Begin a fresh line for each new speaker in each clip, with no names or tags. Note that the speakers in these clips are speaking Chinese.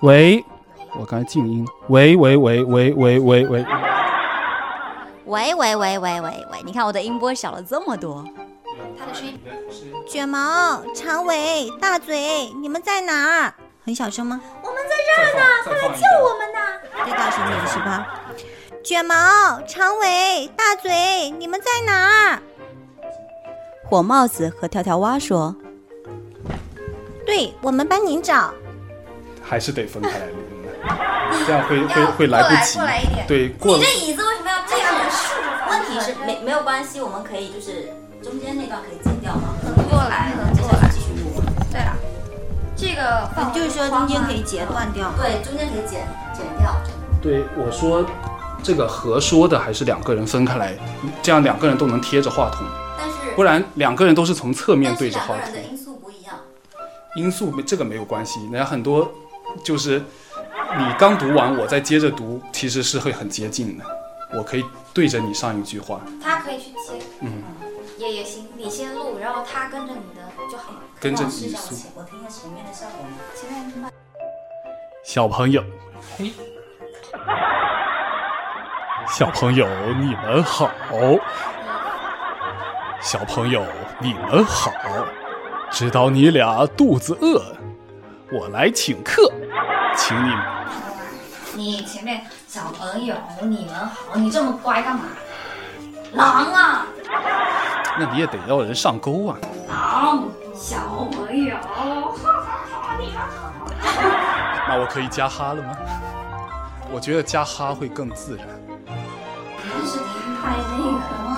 喂，我刚才静音。喂喂喂喂喂喂喂，
喂喂喂喂喂喂，你看我的音波小了这么多。
他的声音
卷毛、长尾、大嘴，你们在哪儿？很小声吗？
我们在这儿呢，快来救我们呐！
再大声点是吧？卷毛、长尾、大嘴，你们在哪儿？
火帽子和跳跳蛙说
对我们帮您找。
还是得分开来录音的，这样 会会会来不及
过来过来一。点
对，过了
椅子为什么要这样呢？问题是没没有关系，我们可以就是中间那段可以剪掉吗？横过来，接下来继续录吗？
对了，这个放
就是说中间可以截断掉。
对，中间可以剪剪掉。
对我说，这个合说的还是两个人分开来，这样两个人都能贴着话筒，
但是
不然两个人都是从侧面
但是
对着
两
话
哦
个
筒
人的。因素不一样。
因素没这个没有关系，人家很多就是你刚读完，我再接着读，其实是会很接近的。我可以对着你上一句话，
他可以去接，
嗯，
也也行，你先录，然后他跟着你的就好了。
跟着
老
你
师让我
说。
前我听一下前面的效果吗？
前面明白。
小朋友，小朋友你们好，小朋友你们好，知道你俩肚子饿，我来请客，请你们
你前面小朋友，你们好，你这么乖干嘛？狼啊，
那你也得要人上钩啊！
狼，小朋友，
那我可以加哈了吗？我觉得加哈会更自然。
真是太那个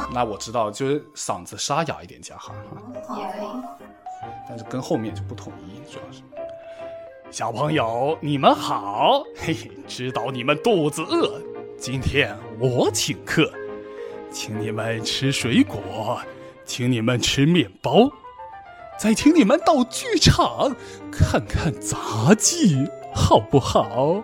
了，
那我知道，就是嗓子沙哑一点加哈哈，
也可以。
但是跟后面就不统一，主要是。
小朋友，你们好，嘿嘿，知道你们肚子饿，今天我请客，请你们吃水果，请你们吃面包，再请你们到剧场看看杂技，好不好？